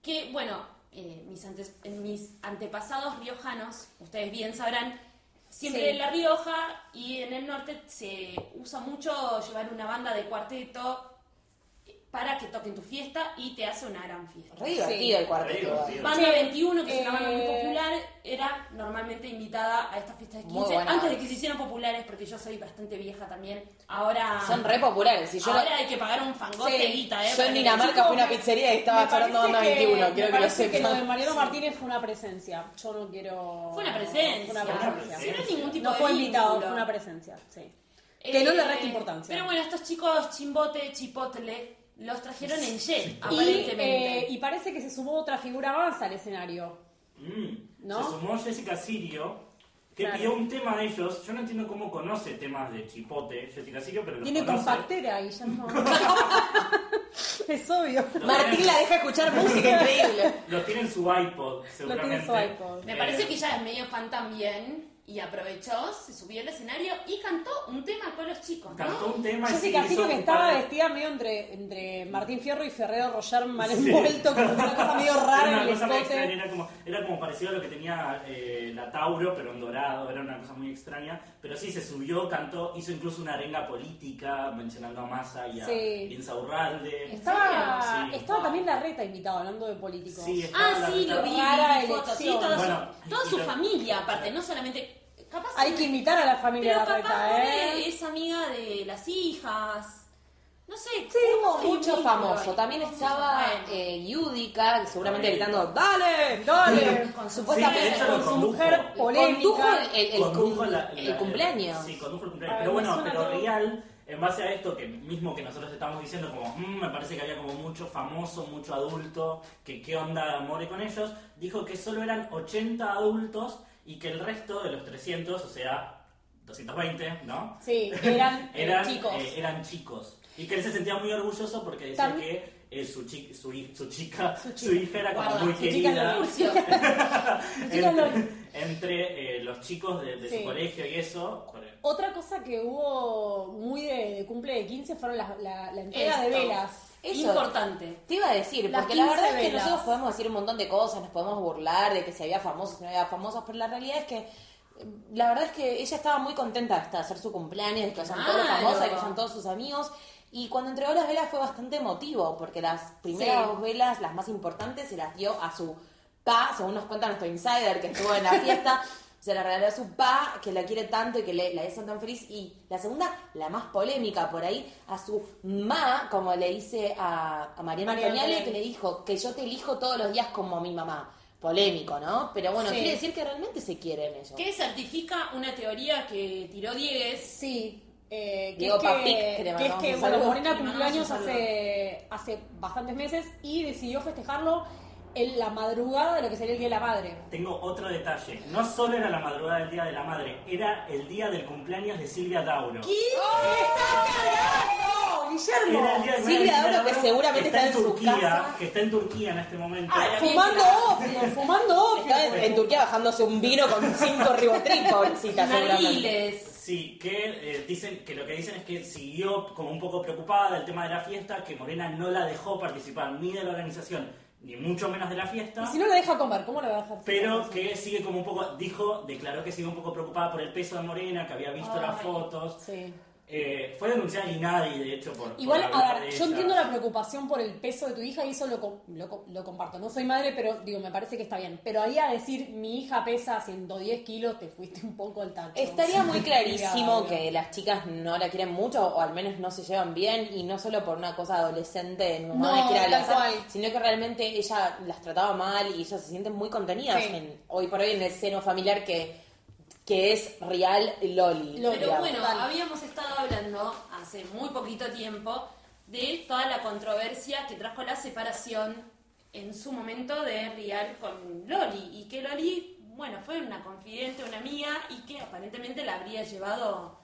S2: Que, bueno, eh, mis, antes- eh, mis antepasados riojanos, ustedes bien sabrán, siempre
S5: Sí.
S2: en La Rioja y en el norte se usa mucho llevar una banda de cuarteto para que toquen tu fiesta y te hace una gran fiesta.
S3: Re divertido
S5: Sí.
S3: el cuarteto.
S4: Re divertido.
S2: Banda
S5: Sí.
S2: 21, que es una banda muy
S5: Eh.
S2: popular, era normalmente invitada a estas fiestas de
S3: Muy
S2: 15,
S3: buena
S2: antes de
S3: banda.
S2: que se hicieran populares, porque yo soy bastante vieja también. Ahora,
S3: Son re populares. Y yo
S2: ahora hay que pagar un fangote
S3: Sí,
S2: guita, ¿eh?
S3: yo
S2: para
S3: en
S2: que-
S3: Dinamarca fui a una pizzería y estaba
S5: Me parece
S3: charlando banda
S5: que-
S3: 21,
S5: me
S3: quiero que lo
S5: parece que lo de
S3: sepan.
S5: Mariano Martínez fue una presencia. Yo no quiero.
S2: Fue una presencia.
S5: Fue una presencia.
S2: Si no hay ningún tipo
S5: No
S2: de
S5: fue invitado,
S2: vínculo.
S5: fue una presencia, sí. Que no le resta
S2: Eh,
S5: importancia.
S2: Pero bueno, estos chicos chimbote, chipotle, los trajeron en jet,
S5: Y,
S2: aparentemente.
S5: eh, y parece que se sumó otra figura más al escenario.
S4: Mm.
S5: ¿No?
S4: Se sumó Jessica Sirio, que
S5: Claro.
S4: pidió un tema de ellos. Yo no entiendo cómo conoce temas de Chipote Jessica Sirio, pero los
S5: Tiene
S4: conoce.
S5: compactera y ya no. es obvio.
S4: Lo
S3: Martín
S4: tiene-
S3: la deja escuchar música increíble.
S4: Lo tiene en su iPod, seguramente.
S5: su iPod.
S2: Me
S4: Eh,
S2: parece que ella es medio fan también. Y aprovechó, se subió al escenario y cantó un tema con los chicos, ¿no?
S4: Cantó un tema y
S5: Jessica
S4: se
S5: Ciro
S4: hizo
S5: que
S4: un
S5: estaba
S4: par de-
S5: vestida medio entre, entre Martín Fierro y Ferrero Roger mal
S4: Sí.
S5: envuelto, como una cosa medio rara
S4: Era
S5: en
S4: una
S5: el
S4: cosa muy extraña,
S5: escote.
S4: era como, era como parecido a lo que tenía eh, la Tauro, pero en dorado, era una cosa muy extraña. Pero sí, se subió, cantó, hizo incluso una arenga política, mencionando a Massa y a
S5: Sí.
S4: Insaurralde.
S5: Estaba,
S4: Sí.
S5: estaba también la reta invitada, hablando de políticos.
S4: Sí, estaba
S2: Ah,
S4: la
S2: sí, lo vi,
S4: verdad.
S2: vi
S5: Rara
S2: fotos, sí,
S5: elección.
S2: toda, su-
S4: Bueno,
S2: toda su
S4: y lo-
S2: familia, aparte, no solamente Capaz
S5: Hay
S2: sí.
S5: que imitar a la familia
S2: Pero
S5: de la
S2: capaz
S5: reta,
S2: More
S5: ¿eh?
S2: es amiga de las hijas. No sé.
S3: Sí, hubo mucho famoso. También estaba
S2: Bueno.
S3: eh, Yudica, que seguramente
S4: Bueno.
S3: gritando, ¡Dale! ¡Dale! Con
S4: Sí,
S3: supuestamente
S4: de hecho,
S5: con
S4: lo
S5: su
S4: condujo.
S5: mujer
S3: condujo
S5: polémica.
S3: el, el- el
S4: Condujo
S3: cum-
S4: la-
S3: el
S4: la-
S3: cumpleaños.
S4: Sí, condujo el cumpleaños.
S5: Ay,
S4: Pero
S5: me
S4: bueno,
S5: suena
S4: pero
S5: todo.
S4: real, en base a esto que mismo que nosotros estamos diciendo, como "Mm, me parece que había como mucho famoso, mucho adulto, que qué onda more con ellos, dijo que solo eran 80 adultos y que el resto de los 300, o sea, 220, ¿no?
S5: Sí, eran,
S4: eran
S5: chicos.
S4: eh, eran chicos. Y que él se sentía muy orgulloso porque decía
S5: También-
S4: que eh, su, chi- su, hi- su chica, su, hija era como muy
S5: su chica
S4: querida.
S5: Mercurcio. Chicas, no.
S4: entre entre, eh, los chicos de, de
S5: Sí.
S4: su colegio y eso. por-
S5: Otra cosa que hubo muy de, de cumple de 15 fueron las- la, la entrega de
S2: Esto.
S5: velas.
S3: Eso.
S2: Importante.
S3: Te iba a decir,
S5: Las
S3: porque la
S5: 15
S3: verdad es que
S5: velas.
S3: nosotros podemos decir un montón de cosas, nos podemos burlar de que si había famosos, si no había famosos, pero la realidad es que eh, la verdad es que ella estaba muy contenta hasta hacer su cumpleaños, de que hayan todos los
S2: Claro.
S3: famosos, de que hayan todos sus amigos. Y cuando entregó las velas fue bastante emotivo, porque las primeras
S5: Sí.
S3: dos velas, las más importantes, se las dio a su pa, según nos cuenta nuestro insider que estuvo en la fiesta, se la regaló a su pa, que la quiere tanto y que le, la hizo tan feliz. Y la segunda, la más polémica por ahí, a su ma, como le dice a, a
S5: Mariana
S3: Mariana Antonelli, que
S5: Antonelli.
S3: le dijo que yo te elijo todos los días como mi mamá. Polémico, ¿no? Pero bueno,
S5: Sí.
S3: quiere decir que realmente se quieren ellos.
S2: Que certifica una teoría que tiró Diegues.
S5: Sí. eh, que
S3: Diego
S5: es que,
S3: Papic, que le
S5: que es
S3: mandamos
S5: que
S3: un
S5: bueno,
S3: saludo.
S5: Morena
S2: Le
S5: cumplió
S2: mandamos un
S5: años hace, hace bastantes meses y decidió festejarlo en la madrugada de lo que sería el Día de la Madre.
S4: Tengo otro detalle. No solo era la madrugada del Día de la Madre, era el día del cumpleaños de Silvia Dauro.
S3: ¡Oh!
S4: Era el día del cumpleaños de
S3: Silvia Dauro, que seguramente está en su
S4: Turquía,
S3: casa.
S4: que está en Turquía en este momento.
S2: Ah, la-
S5: Fumando opio, fumando opio.
S3: Está en, en Turquía bajándose un vino con cinco ribotril, pobrecita, seguramente.
S2: Mariles.
S4: Sí, que eh, dicen que lo que dicen es que siguió como un poco preocupada del tema de la fiesta, que Morena no la dejó participar ni de la organización, ni mucho menos de la fiesta.
S5: Y si no la deja comer, ¿cómo la va a dejar?
S4: Pero que sigue como un poco, dijo, declaró que sigue un poco preocupada por el peso de Morena, que había visto las
S2: Ay.
S4: fotos.
S5: Sí.
S4: Eh, fue denunciada y nadie, de hecho, por. por
S5: Igual,
S4: hablar
S5: a ver, yo
S4: de ella.
S5: entiendo la preocupación por el peso de tu hija y eso lo, com- lo, com- lo comparto. No soy madre, pero digo, me parece que está bien. Pero ahí a decir, mi hija pesa 110 kilos, te fuiste un poco al tacho.
S3: Estaría muy clarísimo
S5: Mira,
S3: que las chicas no la quieren mucho o al menos no se llevan bien y no solo por una cosa adolescente de mi mamá
S5: No,
S3: me quiere
S5: tal
S3: abrazar,
S5: cual.
S3: sino que realmente ella las trataba mal y ellas se sienten muy contenidas
S5: Sí.
S3: en- hoy por hoy en el seno familiar que, que es real Loli.
S5: Loli,
S2: Pero
S3: digamos.
S2: bueno,
S5: Total.
S2: habíamos estado hablando hace muy poquito tiempo de toda la controversia que trajo la separación en su momento de Rial con Loli. Y que Loli, bueno, fue una confidente, una amiga, y que aparentemente la habría llevado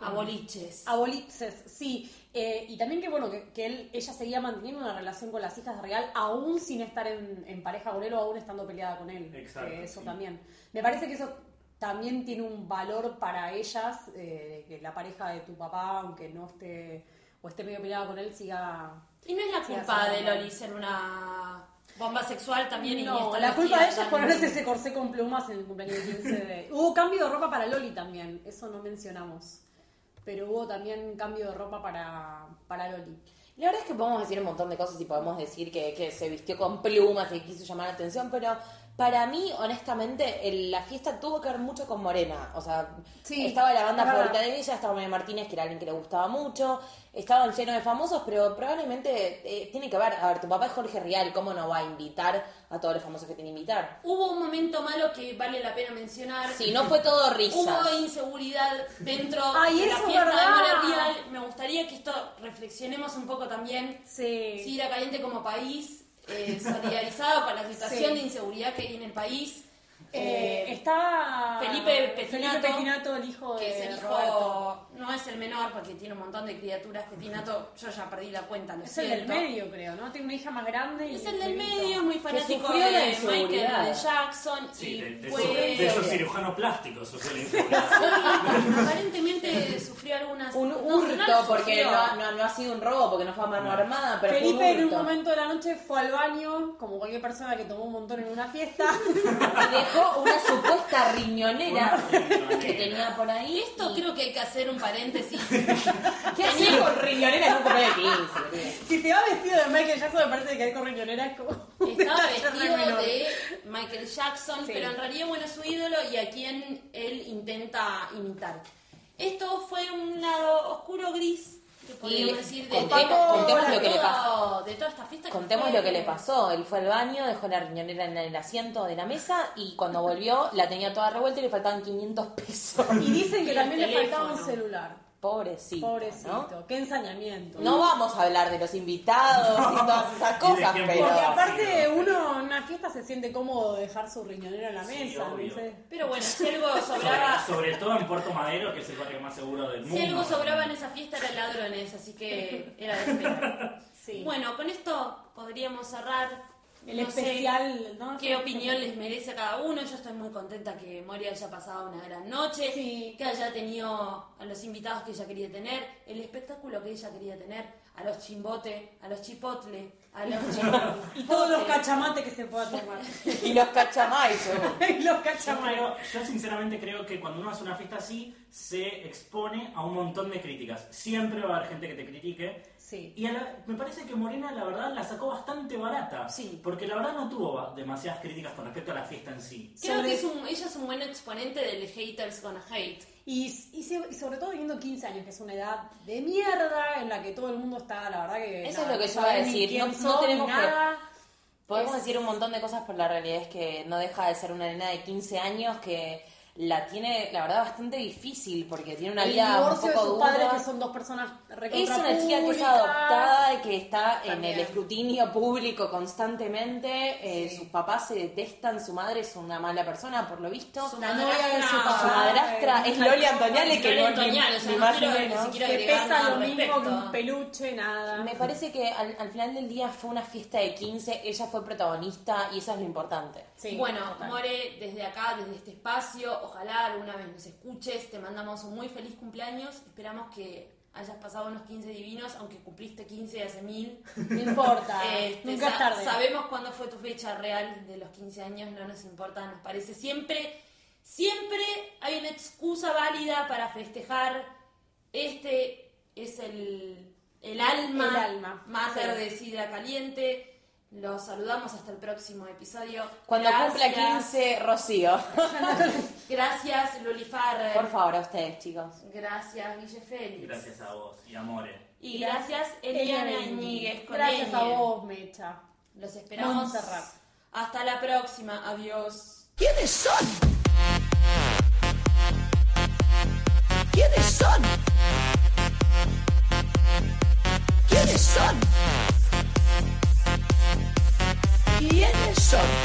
S2: a
S5: Mm.
S2: boliches.
S5: A Bolitzes, sí. Eh, y también que bueno, que, que él, ella seguía manteniendo una relación con las hijas de Real, aún sin estar en, en pareja con él o aún estando peleada con él.
S4: Exacto,
S5: Que eso
S4: sí.
S5: también. Me parece que eso también tiene un valor para ellas, eh, que la pareja de tu papá, aunque no esté o esté medio peleada con él, siga...
S2: Y no es la
S5: Sí,
S2: culpa
S5: hace
S2: de
S5: mal.
S2: Loli ser una bomba sexual también. y
S5: No,
S2: estar
S5: la culpa de ella
S2: vestida
S5: es ponerse ese corsé con plumas en el cumpleaños de 15 de... hubo cambio de ropa para Loli también, eso no mencionamos. Pero hubo también cambio de ropa para, para Loli.
S3: La verdad es que podemos decir un montón de cosas y podemos decir que, que se vistió con plumas y quiso llamar la atención, pero para mí, honestamente, el- la fiesta tuvo que ver mucho con Morena. O sea,
S5: Sí,
S3: estaba la banda
S5: es verdad.
S3: favorita de ella, estaba María Martínez, que era alguien que le gustaba mucho, estaban llenos de famosos, pero probablemente eh, tiene que ver, a ver, tu papá es Jorge Rial, ¿cómo no va a invitar a todos los famosos que tiene que invitar?
S2: Hubo un momento malo que vale la pena mencionar.
S3: Si no fue todo risas.
S2: Hubo inseguridad dentro
S5: Ay,
S2: de la
S5: eso es
S2: fiesta de
S5: verdad.
S2: Mora Real. Me gustaría que esto reflexionemos un poco también.
S5: Sí.
S2: Si era caliente como país, eh, solidarizado con la situación
S5: Sí.
S2: de inseguridad que hay en el país.
S5: Eh,
S2: Eh,
S5: está
S2: Felipe Pettinato,
S5: Felipe Pettinato, el hijo
S2: que
S5: de
S2: es el hijo,
S5: Roberto.
S2: no es el menor porque tiene un montón de criaturas que tiene Nato. Yo ya perdí la cuenta, lo
S5: Es el
S2: siento.
S5: del medio, creo, ¿no? Tiene una hija más grande. y
S2: Es el del
S5: un bebito.
S2: medio, es muy fanático
S3: sufrió
S2: de
S3: la
S2: Michael
S3: inseguridad.
S2: de Jackson
S4: Sí,
S2: y
S4: de, de
S2: fue...
S4: su, de su cirujano plástico, su cirujano.
S2: Aparentemente sufrió algunas.
S3: Un
S2: no,
S3: hurto
S2: no, no
S3: porque porque no, no, no ha sido un robo, porque no fue a mano
S4: No.
S3: armada, pero
S5: Felipe
S3: fue
S5: en un
S3: hurto.
S5: momento de la noche fue al baño, como cualquier persona que tomó un montón en una fiesta.
S3: Y dejó una supuesta
S4: Una
S3: riñonera
S4: riñonera.
S3: que tenía por ahí.
S2: Esto
S3: y-
S2: creo que hay que hacer un paréntesis.
S3: ¿Qué hacía con riñonera en un cumpleaños de 15? boludo?
S5: si te va vestido de Michael Jackson, me parece que hay corriñonera es como. un
S2: Estaba
S5: detalle re
S2: vestido
S5: menor.
S2: de Michael Jackson,
S5: Sí.
S2: pero en realidad, bueno, es su ídolo y a quien él intenta imitar. Esto fue un lado oscuro gris, que podríamos decir, de,
S3: contemos-
S2: todo-
S3: contemos lo que le
S2: todo-
S3: pasó.
S2: de toda esta fiesta. que
S3: Contemos
S2: fue-
S3: lo que le pasó. Él fue al baño, dejó la riñonera en el asiento de la mesa y cuando volvió la tenía toda revuelta y le faltaban 500 pesos.
S5: Y dicen que
S2: Y
S5: también
S2: el
S5: le faltaba un
S2: teléfono.
S5: celular.
S3: Pobrecito.
S5: Pobrecito,
S3: ¿no?
S5: qué ensañamiento.
S3: No vamos a hablar de los invitados y todas esas
S4: Y de
S3: cosas,
S4: quién
S3: pero.
S5: Porque
S4: No,
S5: aparte
S4: sí, no.
S5: uno en una fiesta se siente cómodo dejar su riñonera en la
S4: Sí,
S5: mesa,
S4: obvio.
S5: no sé.
S2: Pero bueno, si algo
S4: Sobre,
S2: sobraba,
S4: sobre todo en Puerto Madero, que es el barrio más seguro del mundo.
S2: si algo sobraba en esa fiesta eran ladrones, así que era de esperar.
S5: Sí.
S2: Bueno, con esto podríamos cerrar.
S5: El
S2: No sé,
S5: especial, ¿no?
S2: ¿Qué opinión les merece a cada uno? Yo estoy muy contenta que Moria haya pasado una gran noche,
S5: Sí.
S2: que haya tenido a los invitados que ella quería tener, el espectáculo que ella quería tener, a los chimbote, a los chipotle, a los
S5: Y todos los
S2: cachorros.
S5: cachamates que se pueda tomar.
S3: Y los cachamais, yo.
S5: y los
S4: Yo,
S5: cachamates.
S4: creo- yo sinceramente creo que cuando uno hace una fiesta así, se expone a un montón de críticas. Siempre va a haber gente que te critique.
S5: Sí.
S4: Y a la- me parece que Morena, la verdad, la sacó bastante barata.
S2: Sí.
S4: Porque la verdad no tuvo ba- demasiadas críticas con respecto a la fiesta en sí.
S2: Creo
S5: Sobre-
S2: que es un- ella es un buen exponente del haters gonna hate.
S5: Y, y se- y sobre todo teniendo 15 años, que es una edad de mierda en la que todo el mundo está, la verdad que...
S3: Eso
S5: nada,
S3: es lo que yo
S5: no
S3: iba a
S5: saben ni
S3: decir,
S5: quién
S3: no- no
S5: son ni
S3: tenemos que-
S5: nada.
S3: Podemos decir un montón de cosas, pero la realidad es que no deja de ser una nena de 15 años que la tiene, la verdad, bastante difícil porque tiene una
S5: El
S3: vida un
S5: divorcio de
S3: poco
S5: sus padres,
S3: dura.
S5: que son dos personas
S3: Es
S5: recontra
S3: una chica que es
S5: públicas.
S3: adoptada y que está en
S5: También.
S3: el escrutinio público constantemente. Eh, Sus papás se detestan, su madre es una mala persona, por lo visto.
S2: Su
S3: Su,
S5: La novia de su
S2: Su
S5: papá.
S3: madrastra es Loli Antoniale, que
S2: Loli
S3: no,
S2: Antoniale, o sea,
S3: ni
S2: no
S3: más
S2: quiero
S3: ni
S2: ni
S3: menos.
S2: siquiera
S5: que
S2: agregar nada
S5: pesa lo
S2: al
S5: mismo que un
S2: respecto.
S5: peluche, nada.
S3: Me parece que al, al final del día fue una fiesta de 15, ella fue protagonista y eso es lo importante.
S5: Sí,
S2: bueno,
S5: total.
S2: More, desde acá, desde este espacio, ojalá alguna vez nos escuches, te mandamos un muy feliz cumpleaños, esperamos que hayas pasado unos 15 divinos, aunque cumpliste 15 hace mil.
S5: No importa,
S2: Este,
S5: nunca es
S2: sa-
S5: tarde.
S2: Sabemos cuándo fue tu fecha real de los 15 años, no nos importa, nos parece siempre, siempre hay una excusa válida para festejar. Este es el, el alma,
S5: El alma,
S2: mater
S5: sí.
S2: de Sidra Caliente. Los saludamos hasta el próximo episodio.
S3: Cuando cumpla
S2: Gracias.
S3: 15, Rocío.
S2: Gracias, Loli Farrer.
S3: Por favor, a ustedes, chicos.
S2: Gracias, Guille Félix.
S4: Gracias a vos y amores.
S2: Y gracias, Eliana Iñiguez. con
S5: Gracias a
S2: ñ.
S5: vos, Mecha.
S2: Los esperamos.
S5: Montserrat.
S2: Hasta la próxima. Adiós.
S1: ¿Quiénes son? ¿Quiénes son? ¿Quiénes son? ¿Quiénes son?